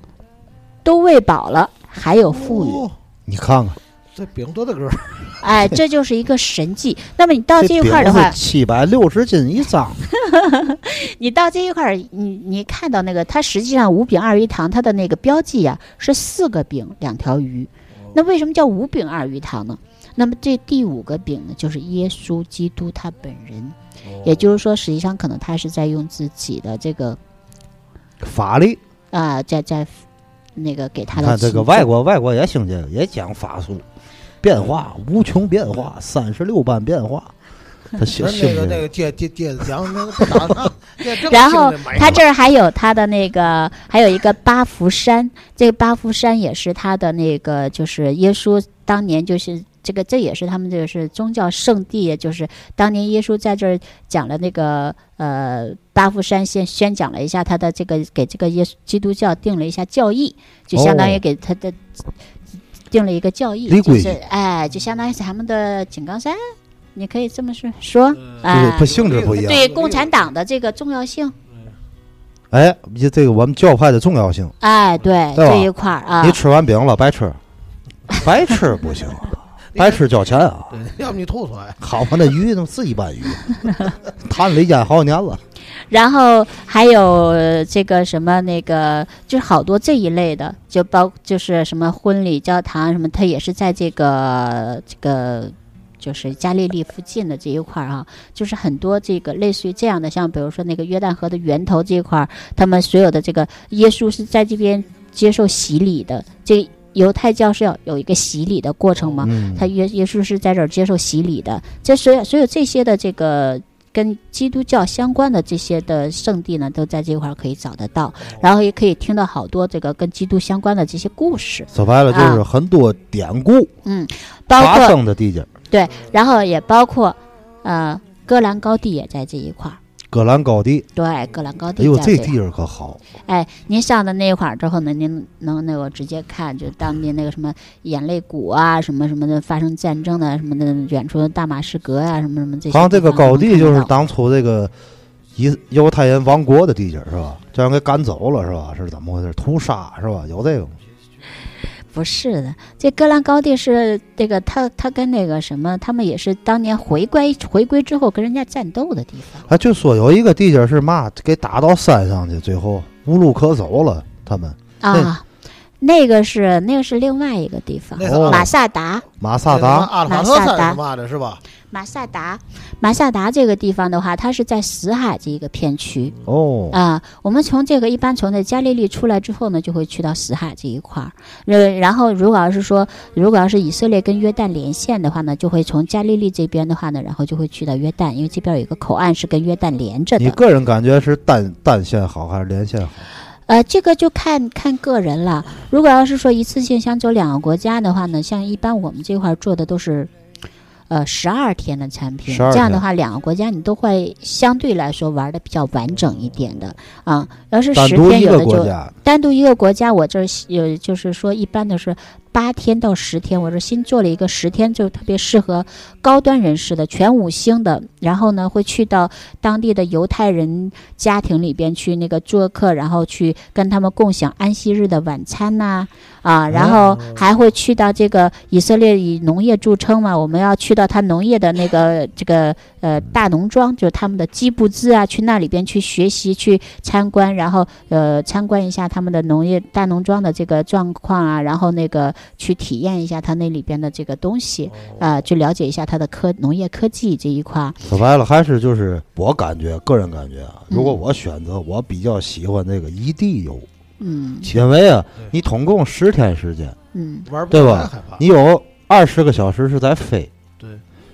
Speaker 3: 都喂饱了，还有富裕。
Speaker 2: 哦
Speaker 1: 你看看
Speaker 2: 这饼多大个儿？
Speaker 3: 哎，这就是一个神迹。那么你到这一
Speaker 1: 饼
Speaker 3: 块儿的话
Speaker 1: 是，七百六十斤一张，
Speaker 3: 你到这一块儿，你你看到那个，它实际上五饼二鱼堂它的那个标记呀、是四个饼两条鱼。那为什么叫五饼二鱼堂呢？那么这第五个饼呢，就是耶稣基督他本人，
Speaker 1: 哦
Speaker 2: 哦
Speaker 3: 也就是说，实际上可能他是在用自己的这个
Speaker 1: 法力。
Speaker 3: 啊、在在那个给他
Speaker 1: 你
Speaker 3: 的
Speaker 1: 看这个
Speaker 3: 行
Speaker 1: 外
Speaker 3: 政
Speaker 1: 国，外国也兴这个，也讲法术，变化无穷变化，三十六般变 化，他兴
Speaker 2: 咱
Speaker 1: 兴
Speaker 2: 那个那
Speaker 1: 这
Speaker 2: 个接接接着讲，那个不打上，这正
Speaker 3: 然后
Speaker 2: 兴的买
Speaker 3: 他这儿还有他的那个，还有一个八福山，这个八福山也是他的那个，就是耶稣当年就是这个，这也是他们这个是宗教圣地，就是当年耶稣在这儿讲了那个呃八福山先宣讲了一下他的这个给这个耶稣基督教定了一下教义，就相当于
Speaker 1: 哦
Speaker 3: 给他的。定了一个教义，
Speaker 1: 立
Speaker 3: 就
Speaker 1: 规
Speaker 3: 是哎，就相当于咱们的井冈山，你可以这么说说
Speaker 2: 嗯
Speaker 1: 对
Speaker 3: 啊
Speaker 1: 不，性质不一样
Speaker 3: 对共产党的这个重要性。
Speaker 1: 哎，这这个我们教派的重要性，
Speaker 3: 哎，对
Speaker 1: 对吧
Speaker 3: 这一块儿啊
Speaker 1: 你，吃完饼了白吃，白吃不行啊， 白吃交钱啊。
Speaker 2: 对，要不你吐出来。
Speaker 1: 好嘛，那鱼那是一般 鱼，摊里腌好几年了。
Speaker 3: 然后还有呃这个什么那个，就是好多这一类的，就包就是什么婚礼教堂什么，它也是在这个这个。就是加利利附近的这一块儿啊，就是很多这个类似于这样的，像比如说那个约旦河的源头这一块儿，他们所有的这个耶稣是在这边接受洗礼的。这犹太教是要有一个洗礼的过程嘛，
Speaker 1: 嗯，
Speaker 3: 他耶耶稣是在这儿接受洗礼的。这所有所有这些的这个跟基督教相关的这些的圣地呢，都在这块儿可以找得
Speaker 1: 哦
Speaker 3: 到，然后也可以听到好多这个跟基督相关的这些故事，
Speaker 1: 说白了就是很多典故
Speaker 3: 嗯，啊包
Speaker 1: 发
Speaker 3: 括
Speaker 1: 生的地界，
Speaker 3: 对，然后也包括呃戈兰高地也在这一块儿。
Speaker 1: 戈兰高地。
Speaker 3: 对，戈兰高
Speaker 1: 哎
Speaker 3: 地
Speaker 1: 呦，
Speaker 3: 在这
Speaker 1: 这
Speaker 3: 一
Speaker 1: 地儿可好，
Speaker 3: 哎，您上的那一块儿之后呢，您能那个直接看，就当地那个什么眼泪谷啊，什么什么的发生战争的，什么的远处的大马士革啊，什么什么这些地
Speaker 1: 好像
Speaker 3: 方都
Speaker 1: 这
Speaker 3: 能看
Speaker 1: 个
Speaker 3: 得到。
Speaker 1: 高地就是当初这个犹犹太人亡国的地界儿是吧？这让给赶走了是吧？是怎么回事？屠杀是吧？有这个吗？
Speaker 3: 不是的，这戈兰高地是这个，他他跟那个什么，他们也是当年回归回归之后跟人家战斗的地方。
Speaker 1: 哎，就说有一个地界儿是嘛，给打到山上去，最后无路可走了，他们
Speaker 3: 啊，那个是那个是另外一个地方，
Speaker 2: 那啊
Speaker 1: 个哦
Speaker 3: 马萨达，
Speaker 1: 马萨达，
Speaker 2: 阿尔法特山什么的是吧？
Speaker 3: 马萨达，马萨达这个地方的话，它是在死海这一个片区
Speaker 1: 哦，
Speaker 3: 啊、我们从这个一般从这加利利出来之后呢，就会去到死海这一块儿。呃，然后如果要是说，如果要是以色列跟约旦连线的话呢，就会从加利利这边的话呢，然后就会去到约旦，因为这边有一个口岸是跟约旦连着
Speaker 1: 你
Speaker 3: 的。
Speaker 1: 个人感觉是单单线好还是连线好？
Speaker 3: 呃，这个就看看个人了。如果要是说一次性想走两个国家的话呢，像一般我们这块儿做的都是，呃，十二天的产品。
Speaker 1: 12
Speaker 3: 这样的
Speaker 1: 天
Speaker 3: 话，两个国家你都会相对来说玩的比较完整一点的啊。要是
Speaker 1: 单
Speaker 3: 十
Speaker 1: 独
Speaker 3: 天，
Speaker 1: 一
Speaker 3: 有
Speaker 1: 个
Speaker 3: 的
Speaker 1: 国
Speaker 3: 就
Speaker 1: 家，
Speaker 3: 单独一个国家，我这儿有就是说一般的是八天到十天，我这新做了一个十天，就特别适合高端人士的全五星的，然后呢会去到当地的犹太人家庭里边去那个做客，然后去跟他们共享安息日的晚餐呐啊然后还会去到这个以色列以农业著称嘛，我们要去到他农业的那个这个呃大农庄，就是他们的基布兹啊，去那里边去学习去参观，然后呃参观一下他们的农业大农庄的这个状况啊，然后那个去体验一下它那里边的这个东
Speaker 1: 哦
Speaker 3: 西，啊，去了解一下它的科农业科技这一块儿。
Speaker 1: 说白了还是就是我感觉，个人感觉啊，
Speaker 3: 嗯
Speaker 1: 如果我选择，我比较喜欢这个一地游，
Speaker 3: 嗯
Speaker 1: 因为啊
Speaker 2: 对，啊
Speaker 1: 你总共十天时间，
Speaker 3: 嗯，
Speaker 2: 玩不完害怕。
Speaker 1: 你有二十个小时是在飞，
Speaker 2: 对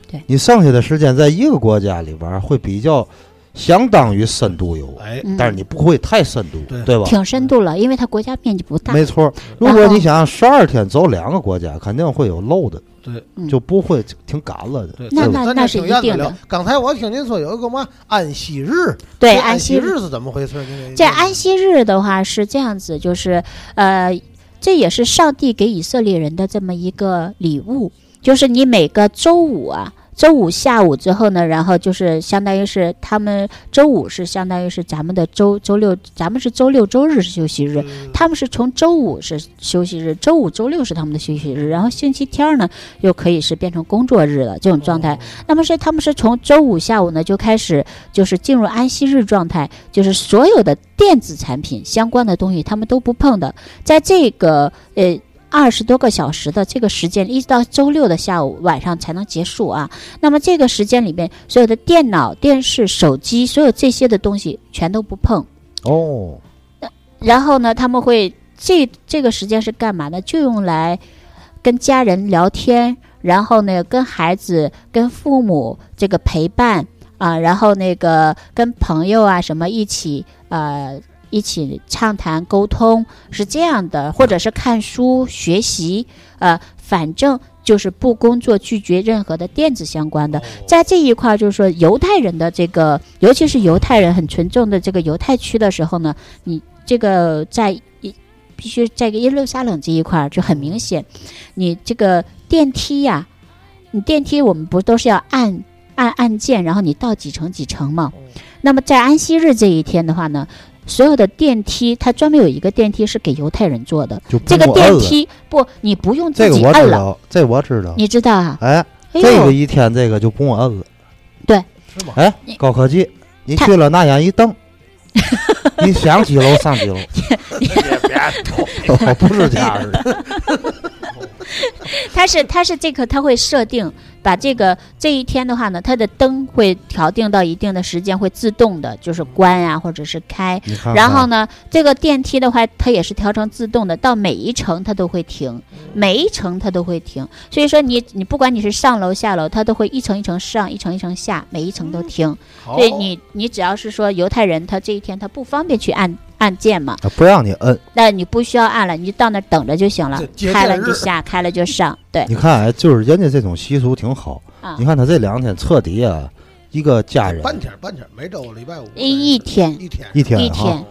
Speaker 3: 对
Speaker 1: 你剩下的时间在一个国家里玩，会比较相当于深度游，
Speaker 2: 哎，
Speaker 3: 嗯
Speaker 1: 但是你不会太深度，
Speaker 2: 对
Speaker 1: 对吧？
Speaker 3: 挺深度了，因为它国家面积不大。
Speaker 1: 没错儿，如果你想十二天走两个国家，肯定会有漏的，
Speaker 2: 对
Speaker 3: 嗯
Speaker 1: 就不会挺赶了的。
Speaker 2: 对，
Speaker 3: 那那
Speaker 2: 咱这
Speaker 3: 那是
Speaker 2: 挺
Speaker 3: 一
Speaker 2: 愿意
Speaker 3: 定
Speaker 2: 聊
Speaker 3: 的。
Speaker 2: 刚才我听您说有一个嘛安息日，
Speaker 3: 对，
Speaker 2: 这
Speaker 3: 安
Speaker 2: 安
Speaker 3: 息日。
Speaker 2: 日是怎么回事？您给
Speaker 3: 这安息日的话是这样子，就是呃，这也是上帝给以色列人的这么一个礼物，就是你每个周五啊。周五下午之后呢，然后就是相当于是他们周五是相当于是咱们的周周六，咱们是周六周日是休息日，
Speaker 2: 嗯
Speaker 3: 他们是从周五是休息日，周五、周六是他们的休息日，然后星期天儿呢又可以是变成工作日了这种状态。那么是他们是从周五下午呢就开始就是进入安息日状态，就是所有的电子产品相关的东西他们都不碰的，在这个呃。二十多个小时的这个时间，一直到周六的下午晚上才能结束啊。那么这个时间里面，所有的电脑、电视、手机，所有这些的东西全都不碰。
Speaker 1: 哦，
Speaker 3: 然后呢，他们会这这个时间是干嘛呢？就用来跟家人聊天，然后呢，跟孩子、跟父母这个陪伴啊，然后那个跟朋友啊什么一起呃一起畅谈沟通是这样的，或者是看书学习，呃，反正就是不工作，拒绝任何的电子相关的。在这一块儿，就是说犹太人的这个，尤其是犹太人很纯正的这个犹太区的时候呢，你这个在一必须在耶路撒冷这一块儿就很明显，你这个电梯呀、你电梯我们不都是要按按按键，然后你到几层几层嘛？
Speaker 1: 嗯
Speaker 3: 那么在安息日这一天的话呢，所有的电梯它专门有一个电梯是给犹太人做的，
Speaker 1: 就不
Speaker 3: 这个
Speaker 1: 用摁
Speaker 3: 电
Speaker 1: 了
Speaker 3: 梯不你不用
Speaker 1: 这
Speaker 3: 自
Speaker 1: 个
Speaker 3: 己
Speaker 1: 我
Speaker 3: 摁
Speaker 1: 知
Speaker 3: 了，
Speaker 1: 道，这我知道。
Speaker 3: 你知道啊？
Speaker 1: 哎，
Speaker 3: 哎
Speaker 1: 这个
Speaker 3: 呦，
Speaker 1: 一天这个就不用摁了。
Speaker 2: 是吗？
Speaker 1: 哎
Speaker 3: 你，
Speaker 1: 高科技，你
Speaker 3: 太
Speaker 1: 去了那眼一瞪， 你想几楼上几楼， 我不是这样 的。
Speaker 3: 它是它是这个它会设定把这个这一天的话呢，它的灯会调定到一定的时间，会自动的就是关呀、或者是开。
Speaker 1: 你
Speaker 2: 啊
Speaker 1: 看看，
Speaker 3: 然后呢，这个电梯的话，它也是调成自动的，到每一层它都会停，
Speaker 2: 嗯
Speaker 3: 每一层它都会停。所以说你你不管你是上楼下楼，它都会一层一层上，一层一层下，每一层
Speaker 2: 嗯
Speaker 3: 都停。
Speaker 2: 好
Speaker 3: 所以你你只要是说犹太人，他这一天他不方便去按按键嘛，
Speaker 1: 啊不让你摁。
Speaker 3: 那你不需要按了，你就到那儿等着就行了
Speaker 2: 这节，
Speaker 3: 开了
Speaker 2: 假
Speaker 3: 你就
Speaker 2: 日
Speaker 3: 下，开了就上，对
Speaker 1: 你看，哎，就是人家这种习俗挺好。
Speaker 3: 啊
Speaker 1: 你。看他这两天彻底啊，一个家人
Speaker 2: 半天半天，每周礼拜五
Speaker 3: 一一天，
Speaker 2: 一天
Speaker 1: 一天
Speaker 3: 一
Speaker 1: 哈，
Speaker 3: 天，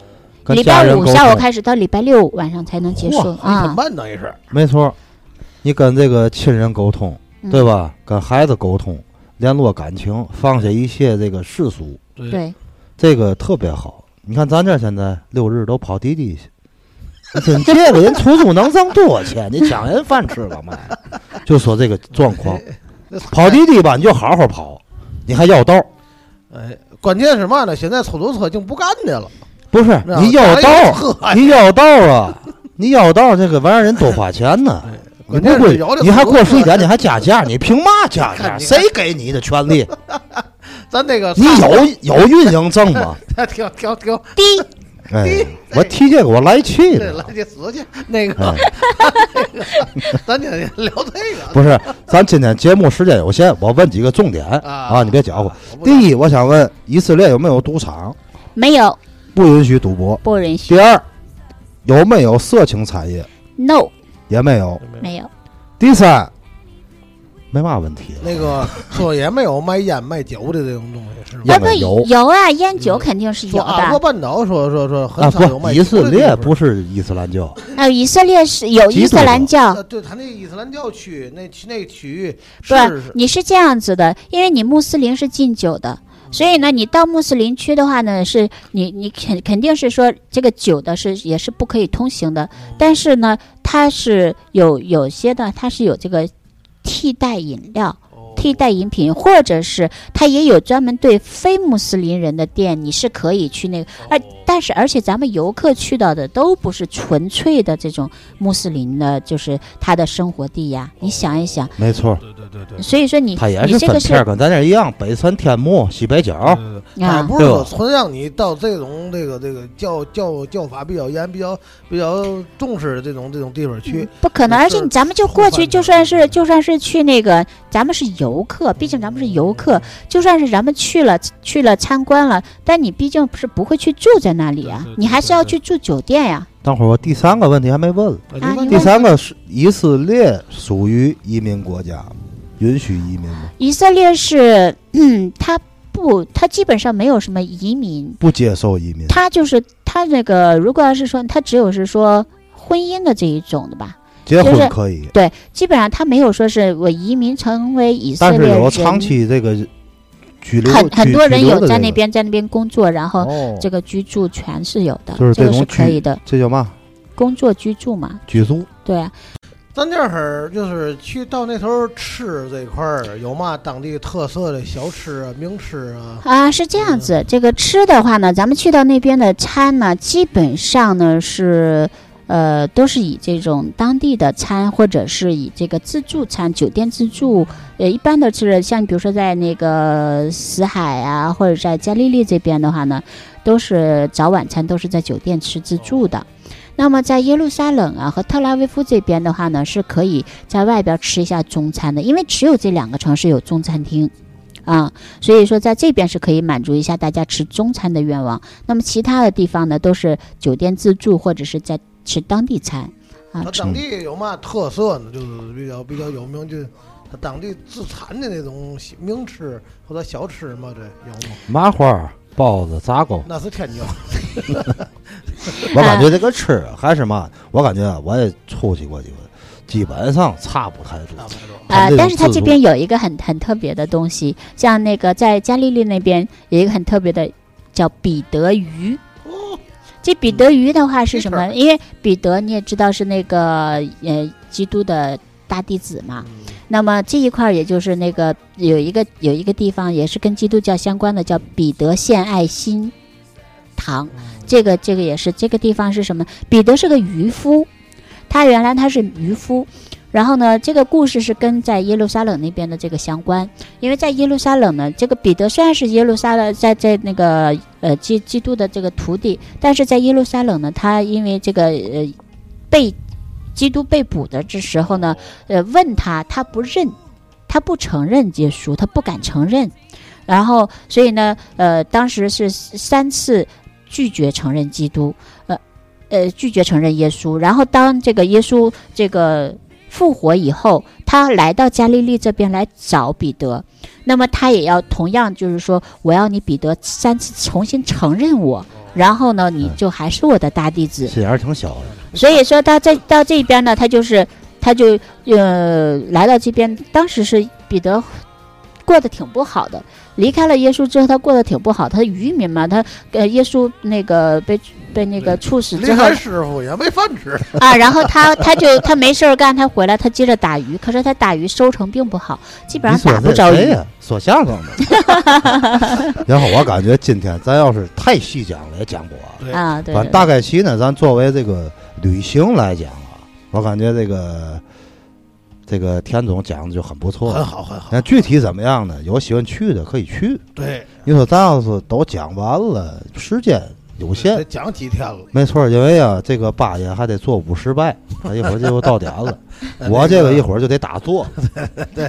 Speaker 1: 跟
Speaker 3: 礼
Speaker 1: 家
Speaker 3: 拜
Speaker 1: 人
Speaker 3: 五
Speaker 1: 沟
Speaker 3: 下午
Speaker 1: 通，
Speaker 3: 开始到礼拜六晚上才能结束
Speaker 2: 哇一
Speaker 3: 啊
Speaker 2: 天。半等于是
Speaker 1: 没错，你跟这个亲人沟通，
Speaker 3: 嗯
Speaker 1: 对吧？跟孩子沟通，联络感情，放下一切这个世俗，
Speaker 2: 对
Speaker 3: 对，
Speaker 1: 这个特别好。你看咱这现在六日都跑滴滴去，你说你这个人出租能挣多少钱？你抢人饭吃了吗？就说这个状况，跑滴滴吧，你就好好跑，你还要道儿，
Speaker 2: 哎，关键是嘛呢？现在出租车已经不干的了，
Speaker 1: 不是
Speaker 2: 是吧
Speaker 1: 你要道
Speaker 2: 咱
Speaker 1: 儿
Speaker 2: 有，车
Speaker 1: 你要道儿啊，你要到这个玩意儿人多花钱呢。你
Speaker 2: 关
Speaker 1: 不
Speaker 2: 键
Speaker 1: 贵
Speaker 2: 是有，的
Speaker 1: 你还
Speaker 2: 很多
Speaker 1: 过
Speaker 2: 个
Speaker 1: 税点，你还加价，你凭嘛加
Speaker 2: 看
Speaker 1: 价？
Speaker 2: 你
Speaker 1: 谁给你的权 利？
Speaker 2: 咱那个
Speaker 1: 你 有有运营证吗？
Speaker 2: 有停停停，
Speaker 3: 低，
Speaker 1: 哎
Speaker 2: 对，
Speaker 1: 我提这个我来气
Speaker 2: 对，
Speaker 1: 的
Speaker 2: 来。你死去那个，
Speaker 1: 哎，
Speaker 2: 咱就聊这 个。
Speaker 1: 不是，咱今天节目时间有限，我问几个重点啊，你别搅和。
Speaker 2: 我不
Speaker 1: 第一，我想问以色列有没有赌场？
Speaker 3: 没有
Speaker 1: 不允许赌博。
Speaker 3: 不允许
Speaker 1: 第二，有没有色情产业？
Speaker 3: ，no
Speaker 1: 也没有。
Speaker 3: 没有，
Speaker 1: 第三，没嘛问题了。
Speaker 2: 那个说也没有卖烟卖酒的这种东西，是吧？
Speaker 1: 要
Speaker 3: 啊
Speaker 1: 么
Speaker 3: 不
Speaker 1: 有
Speaker 3: 有啊，烟酒肯定是
Speaker 2: 嗯
Speaker 3: 有
Speaker 2: 说啊阿拉伯
Speaker 3: 的。
Speaker 2: 半岛说说说很
Speaker 1: 啊，
Speaker 2: 少有
Speaker 1: 不，
Speaker 2: 卖
Speaker 1: 以
Speaker 2: 酒
Speaker 1: 色
Speaker 2: 的地
Speaker 1: 列
Speaker 2: 方
Speaker 1: 不是伊斯兰教，
Speaker 3: 还有以色列是有
Speaker 1: 基督
Speaker 3: 伊斯兰教
Speaker 2: 呃，，对他那伊斯兰教区那区那区域
Speaker 3: 不
Speaker 2: 是
Speaker 3: 你是这样子的，因为你穆斯林是禁酒的，所以呢，你到穆斯林区的话呢，是你你肯肯定是说这个酒的是也是不可以通行的，但是呢，它是有有些的，它是有这个替代饮料。
Speaker 2: 哦
Speaker 3: 替代饮品，或者是它也有专门对非穆斯林人的店，你是可以去那个。而
Speaker 1: 哎
Speaker 3: 但是而且咱们游客去到的都不是纯粹的这种穆斯林的，就是他的生活地呀。你想一想，
Speaker 1: 没错。
Speaker 2: 对对对对。
Speaker 3: 所以说你
Speaker 1: 它也
Speaker 3: 你
Speaker 1: 是
Speaker 3: 这
Speaker 1: 分
Speaker 3: 个
Speaker 1: 片儿，
Speaker 3: 是
Speaker 1: 跟咱这儿一样，北辰天幕、西北角。
Speaker 2: 他
Speaker 3: 啊，
Speaker 2: 哎不是
Speaker 1: 对吧
Speaker 2: 说纯让你到这种这个这个教教教法比较严、比较比较重视的这种这种地方去，
Speaker 3: 不可能。
Speaker 2: 是
Speaker 3: 而且你咱们就过去，就算是就算是去那个，咱们是游客，毕竟咱们是游
Speaker 2: 嗯
Speaker 3: 客，啊就算是咱们去了去了参观了，但你毕竟是不会去住在那里啊
Speaker 2: 对对，对
Speaker 3: 你还是要去住酒店呀。
Speaker 1: 等会儿我第三个问题还没问了。
Speaker 2: 呃
Speaker 3: 啊
Speaker 2: 问
Speaker 3: 你
Speaker 1: 第
Speaker 3: 问
Speaker 1: 三个是以色列属于移民国家，允许移民吗？
Speaker 3: 以色列是，嗯，他不，他基本上没有什么移民，
Speaker 1: 不接受移民。
Speaker 3: 他就是他那个，如果要是说他只有是说婚姻的这一种的吧，
Speaker 1: 结
Speaker 3: 就
Speaker 1: 婚
Speaker 3: 是
Speaker 1: 可以，
Speaker 3: 对，基本上他没有说是我移民成为以色
Speaker 1: 但
Speaker 3: 列
Speaker 1: 是
Speaker 3: 人，
Speaker 1: 有长期这个居留，
Speaker 3: 很很
Speaker 1: 居
Speaker 3: 多人
Speaker 1: 居留
Speaker 3: 有
Speaker 1: 的
Speaker 3: 在
Speaker 1: 这
Speaker 3: 那
Speaker 1: 个
Speaker 3: 边在那边工作，然后
Speaker 1: 哦，
Speaker 3: 这个居住权是有的，
Speaker 1: 就是
Speaker 3: 这个
Speaker 1: 这种
Speaker 3: 是可
Speaker 1: 居
Speaker 3: 以的，
Speaker 1: 这叫嘛？
Speaker 3: 工作居住嘛，
Speaker 1: 居住。
Speaker 3: 对啊，
Speaker 2: 咱这儿就是去到那头吃这块儿有嘛当地特色的小吃啊、名吃啊，
Speaker 3: 啊，是这样子。这个吃的话呢，咱们去到那边的餐呢，基本上呢是，呃，都是以这种当地的餐，或者是以这个自助餐、酒店自助，呃，一般的是像比如说在那个死海啊，或者在加利利这边的话呢，都是早晚餐都是在酒店吃自助的。那么在耶路撒冷啊和特拉维夫这边的话呢，是可以在外边吃一下中餐的，因为只有这两个城市有中餐厅，啊、所以说在这边是可以满足一下大家吃中餐的愿望。那么其他的地方呢，都是酒店自助或者是在吃当地餐啊
Speaker 2: 它。
Speaker 3: 吃
Speaker 2: 当地有嘛特色呢？就是比较比较有名，就是它当地自产的那种小名吃或者小吃嘛，这有吗？
Speaker 1: 麻花、包子、杂狗，
Speaker 2: 那是天津，
Speaker 3: 嗯
Speaker 1: 我感觉这个吃啊还是嘛，我感觉啊，我也出去过几回，基本上差不太多
Speaker 2: 那。不说
Speaker 1: 它
Speaker 3: 呃
Speaker 1: 这，
Speaker 3: 但
Speaker 1: 种
Speaker 3: 是它
Speaker 1: 自
Speaker 3: 这
Speaker 1: 助
Speaker 3: 边有一个很很特别的东西，像那个在加利利那边有一个很特别的叫彼得鱼。这彼得鱼的话是什么？因为彼得你也知道是那个呃基督的大弟子嘛，
Speaker 2: 嗯
Speaker 3: 那么这一块儿也就是那个有一个有一个地方也是跟基督教相关的，叫彼得献爱心堂。这个这个也是这个地方是什么？彼得是个渔夫，他原来他是渔夫。然后呢，这个故事是跟在耶路撒冷那边的这个相关，因为在耶路撒冷呢，这个彼得虽然是耶路撒冷在在那个呃基基督的这个徒弟，但是在耶路撒冷呢，他因为这个呃被基督被捕的这时候呢，呃问他，他不认，他不承认耶稣，他不敢承认，然后所以呢，呃，当时是三次拒绝承认基督，呃呃拒绝承认耶稣，然后当这个耶稣这个复活以后，他来到加利利这边来找彼得，那么他也要同样就是说，我要你彼得三次重新承认我。然后呢，你就还是我的大弟子。
Speaker 1: 心眼儿挺小的，
Speaker 3: 所以说他在到这边呢，他就是他就呃来到这边，当时是彼得过得挺不好的，离开了耶稣之后，他过得挺不好，他渔民嘛，他呃耶稣那个被被那个处死
Speaker 2: 离
Speaker 3: 之后
Speaker 2: 开师傅也没饭吃，
Speaker 3: 啊，然后他他就他没事儿干，他回来他接着打鱼，可是他打鱼收成并不好，基本
Speaker 1: 你说
Speaker 3: 上打不
Speaker 1: 这
Speaker 3: 着
Speaker 1: 谁
Speaker 3: 鱼。
Speaker 1: 呀？说相声的。 然后我感觉今天咱要是太细讲了，也讲不完。
Speaker 2: 对
Speaker 3: 啊，对
Speaker 1: 反
Speaker 3: 对
Speaker 1: 正大概其呢，咱作为这个旅行来讲啊，我感觉这个这个田总讲的就很不错
Speaker 2: 很
Speaker 1: 了。
Speaker 2: 好很好。
Speaker 1: 那具体怎么样呢？有喜欢去的可以去。
Speaker 2: 对，
Speaker 1: 你说咱要是都讲完了，时间有限
Speaker 2: 得，讲几天了。
Speaker 1: 没错，因为啊，这个八爷还得做五十 拜，他一会儿就到点了。
Speaker 2: 呃
Speaker 1: 我
Speaker 2: 那
Speaker 1: 这个一会儿就得打 坐，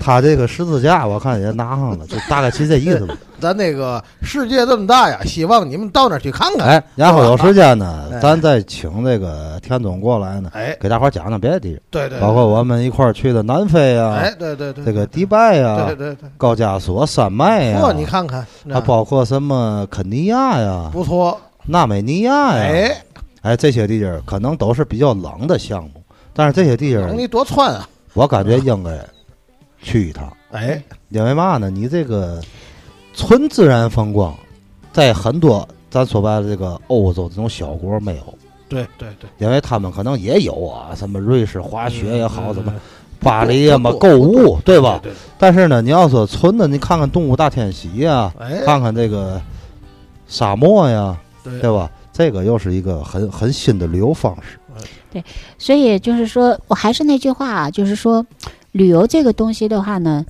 Speaker 1: 他这个十字架我看也拿上了，就大概其这意 思吧。
Speaker 2: 咱那个世界这么大呀，希望你们到那儿去看看。
Speaker 1: 哎，然后有时间呢，
Speaker 2: 哎
Speaker 1: 咱再请这个田总过来呢，
Speaker 2: 哎，
Speaker 1: 给大伙儿讲讲别的地方，
Speaker 2: 对对，
Speaker 1: 包括我们一块儿去的南非啊
Speaker 2: 哎，，对对对，
Speaker 1: 这个迪拜
Speaker 2: 对
Speaker 1: 呀、
Speaker 2: 对对
Speaker 1: 高加索山脉
Speaker 2: 对，
Speaker 1: 呀
Speaker 2: 嚯，，你看看，那
Speaker 1: 还包括什么肯尼亚呀、
Speaker 2: 不错，
Speaker 1: 纳美尼亚呀，
Speaker 2: 哎，
Speaker 1: 哎，这些地儿可能都是比较冷的项目，但是这些地儿
Speaker 2: 等你多穿啊，
Speaker 1: 我感觉应该去一趟。
Speaker 2: 哎，
Speaker 1: 因为嘛呢？你这个纯自然风光，在很多咱说白了，这个欧洲这种小国没有，
Speaker 2: 对对对，
Speaker 1: 因为他们可能也有啊，什么瑞士滑雪也好，
Speaker 2: 嗯
Speaker 1: 什么
Speaker 2: 嗯
Speaker 1: 巴黎呀
Speaker 2: 不
Speaker 1: 嘛
Speaker 2: 不
Speaker 1: 购物，对吧？
Speaker 2: 对对，
Speaker 1: 但是呢，你要说纯的，你看看动物大迁徙呀，
Speaker 2: 哎，
Speaker 1: 看看这个沙漠呀，
Speaker 2: 对
Speaker 1: 对吧？这个又是一个很很新的旅游方式。
Speaker 3: 所以就是说我还是那句话啊，就是说旅游这个东西的话呢，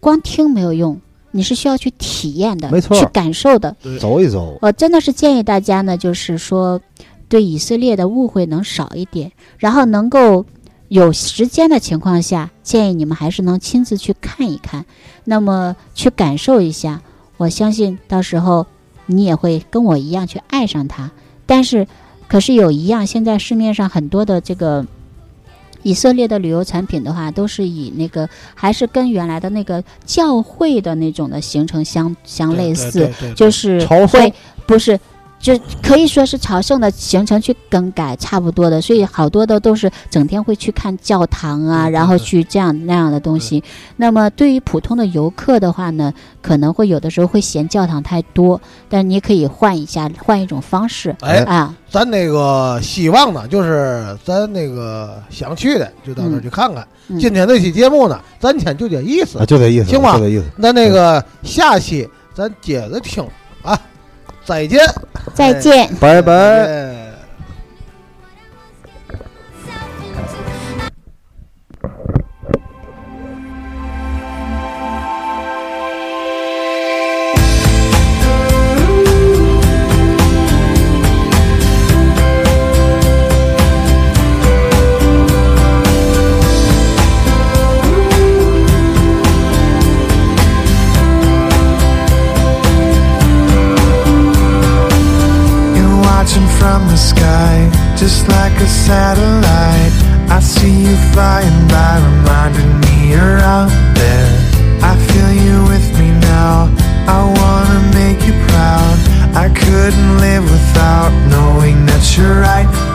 Speaker 3: 光听没有用，你是需要去体验的，
Speaker 1: 没错
Speaker 3: 去感受的。
Speaker 2: 对
Speaker 1: 走一走，
Speaker 3: 我真的是建议大家呢，就是说对以色列的误会能少一点，然后能够有时间的情况下，建议你们还是能亲自去看一看，那么去感受一下。我相信到时候你也会跟我一样去爱上它。但是，可是有一样，现在市面上很多的这个。以色列的旅游产品的话，都是以那个还是跟原来的那个教会的那种的行程相相类似，
Speaker 2: 对，对对对
Speaker 3: 就是
Speaker 1: 朝圣
Speaker 3: 会不是，就可以说是朝圣的行程去更改差不多的，所以好多的都是整天会去看教堂啊，
Speaker 2: 对对
Speaker 3: 然后
Speaker 2: 对
Speaker 3: 去这样那样的东西。那么对于普通的游客的话呢，可能会有的时候会嫌教堂太多，但你可以换一下，换一种方式
Speaker 2: 哎，
Speaker 3: 啊。
Speaker 2: 咱那个希望呢，就是咱那个想去的，就到那儿去看看。
Speaker 3: 嗯
Speaker 2: 今天这期节目呢，咱先就这意思
Speaker 1: 啊，。就这意思，
Speaker 2: 行吧
Speaker 1: 就这意思。
Speaker 2: 那那个下期咱接着听啊，再见，
Speaker 3: 再见。
Speaker 1: 拜拜。
Speaker 2: 哎
Speaker 4: You're watching from the sky, just like a satellite. I see you flying by, reminding me you're out there. I feel you with me now. I wanna make you proud. I couldn't live without knowing that you're right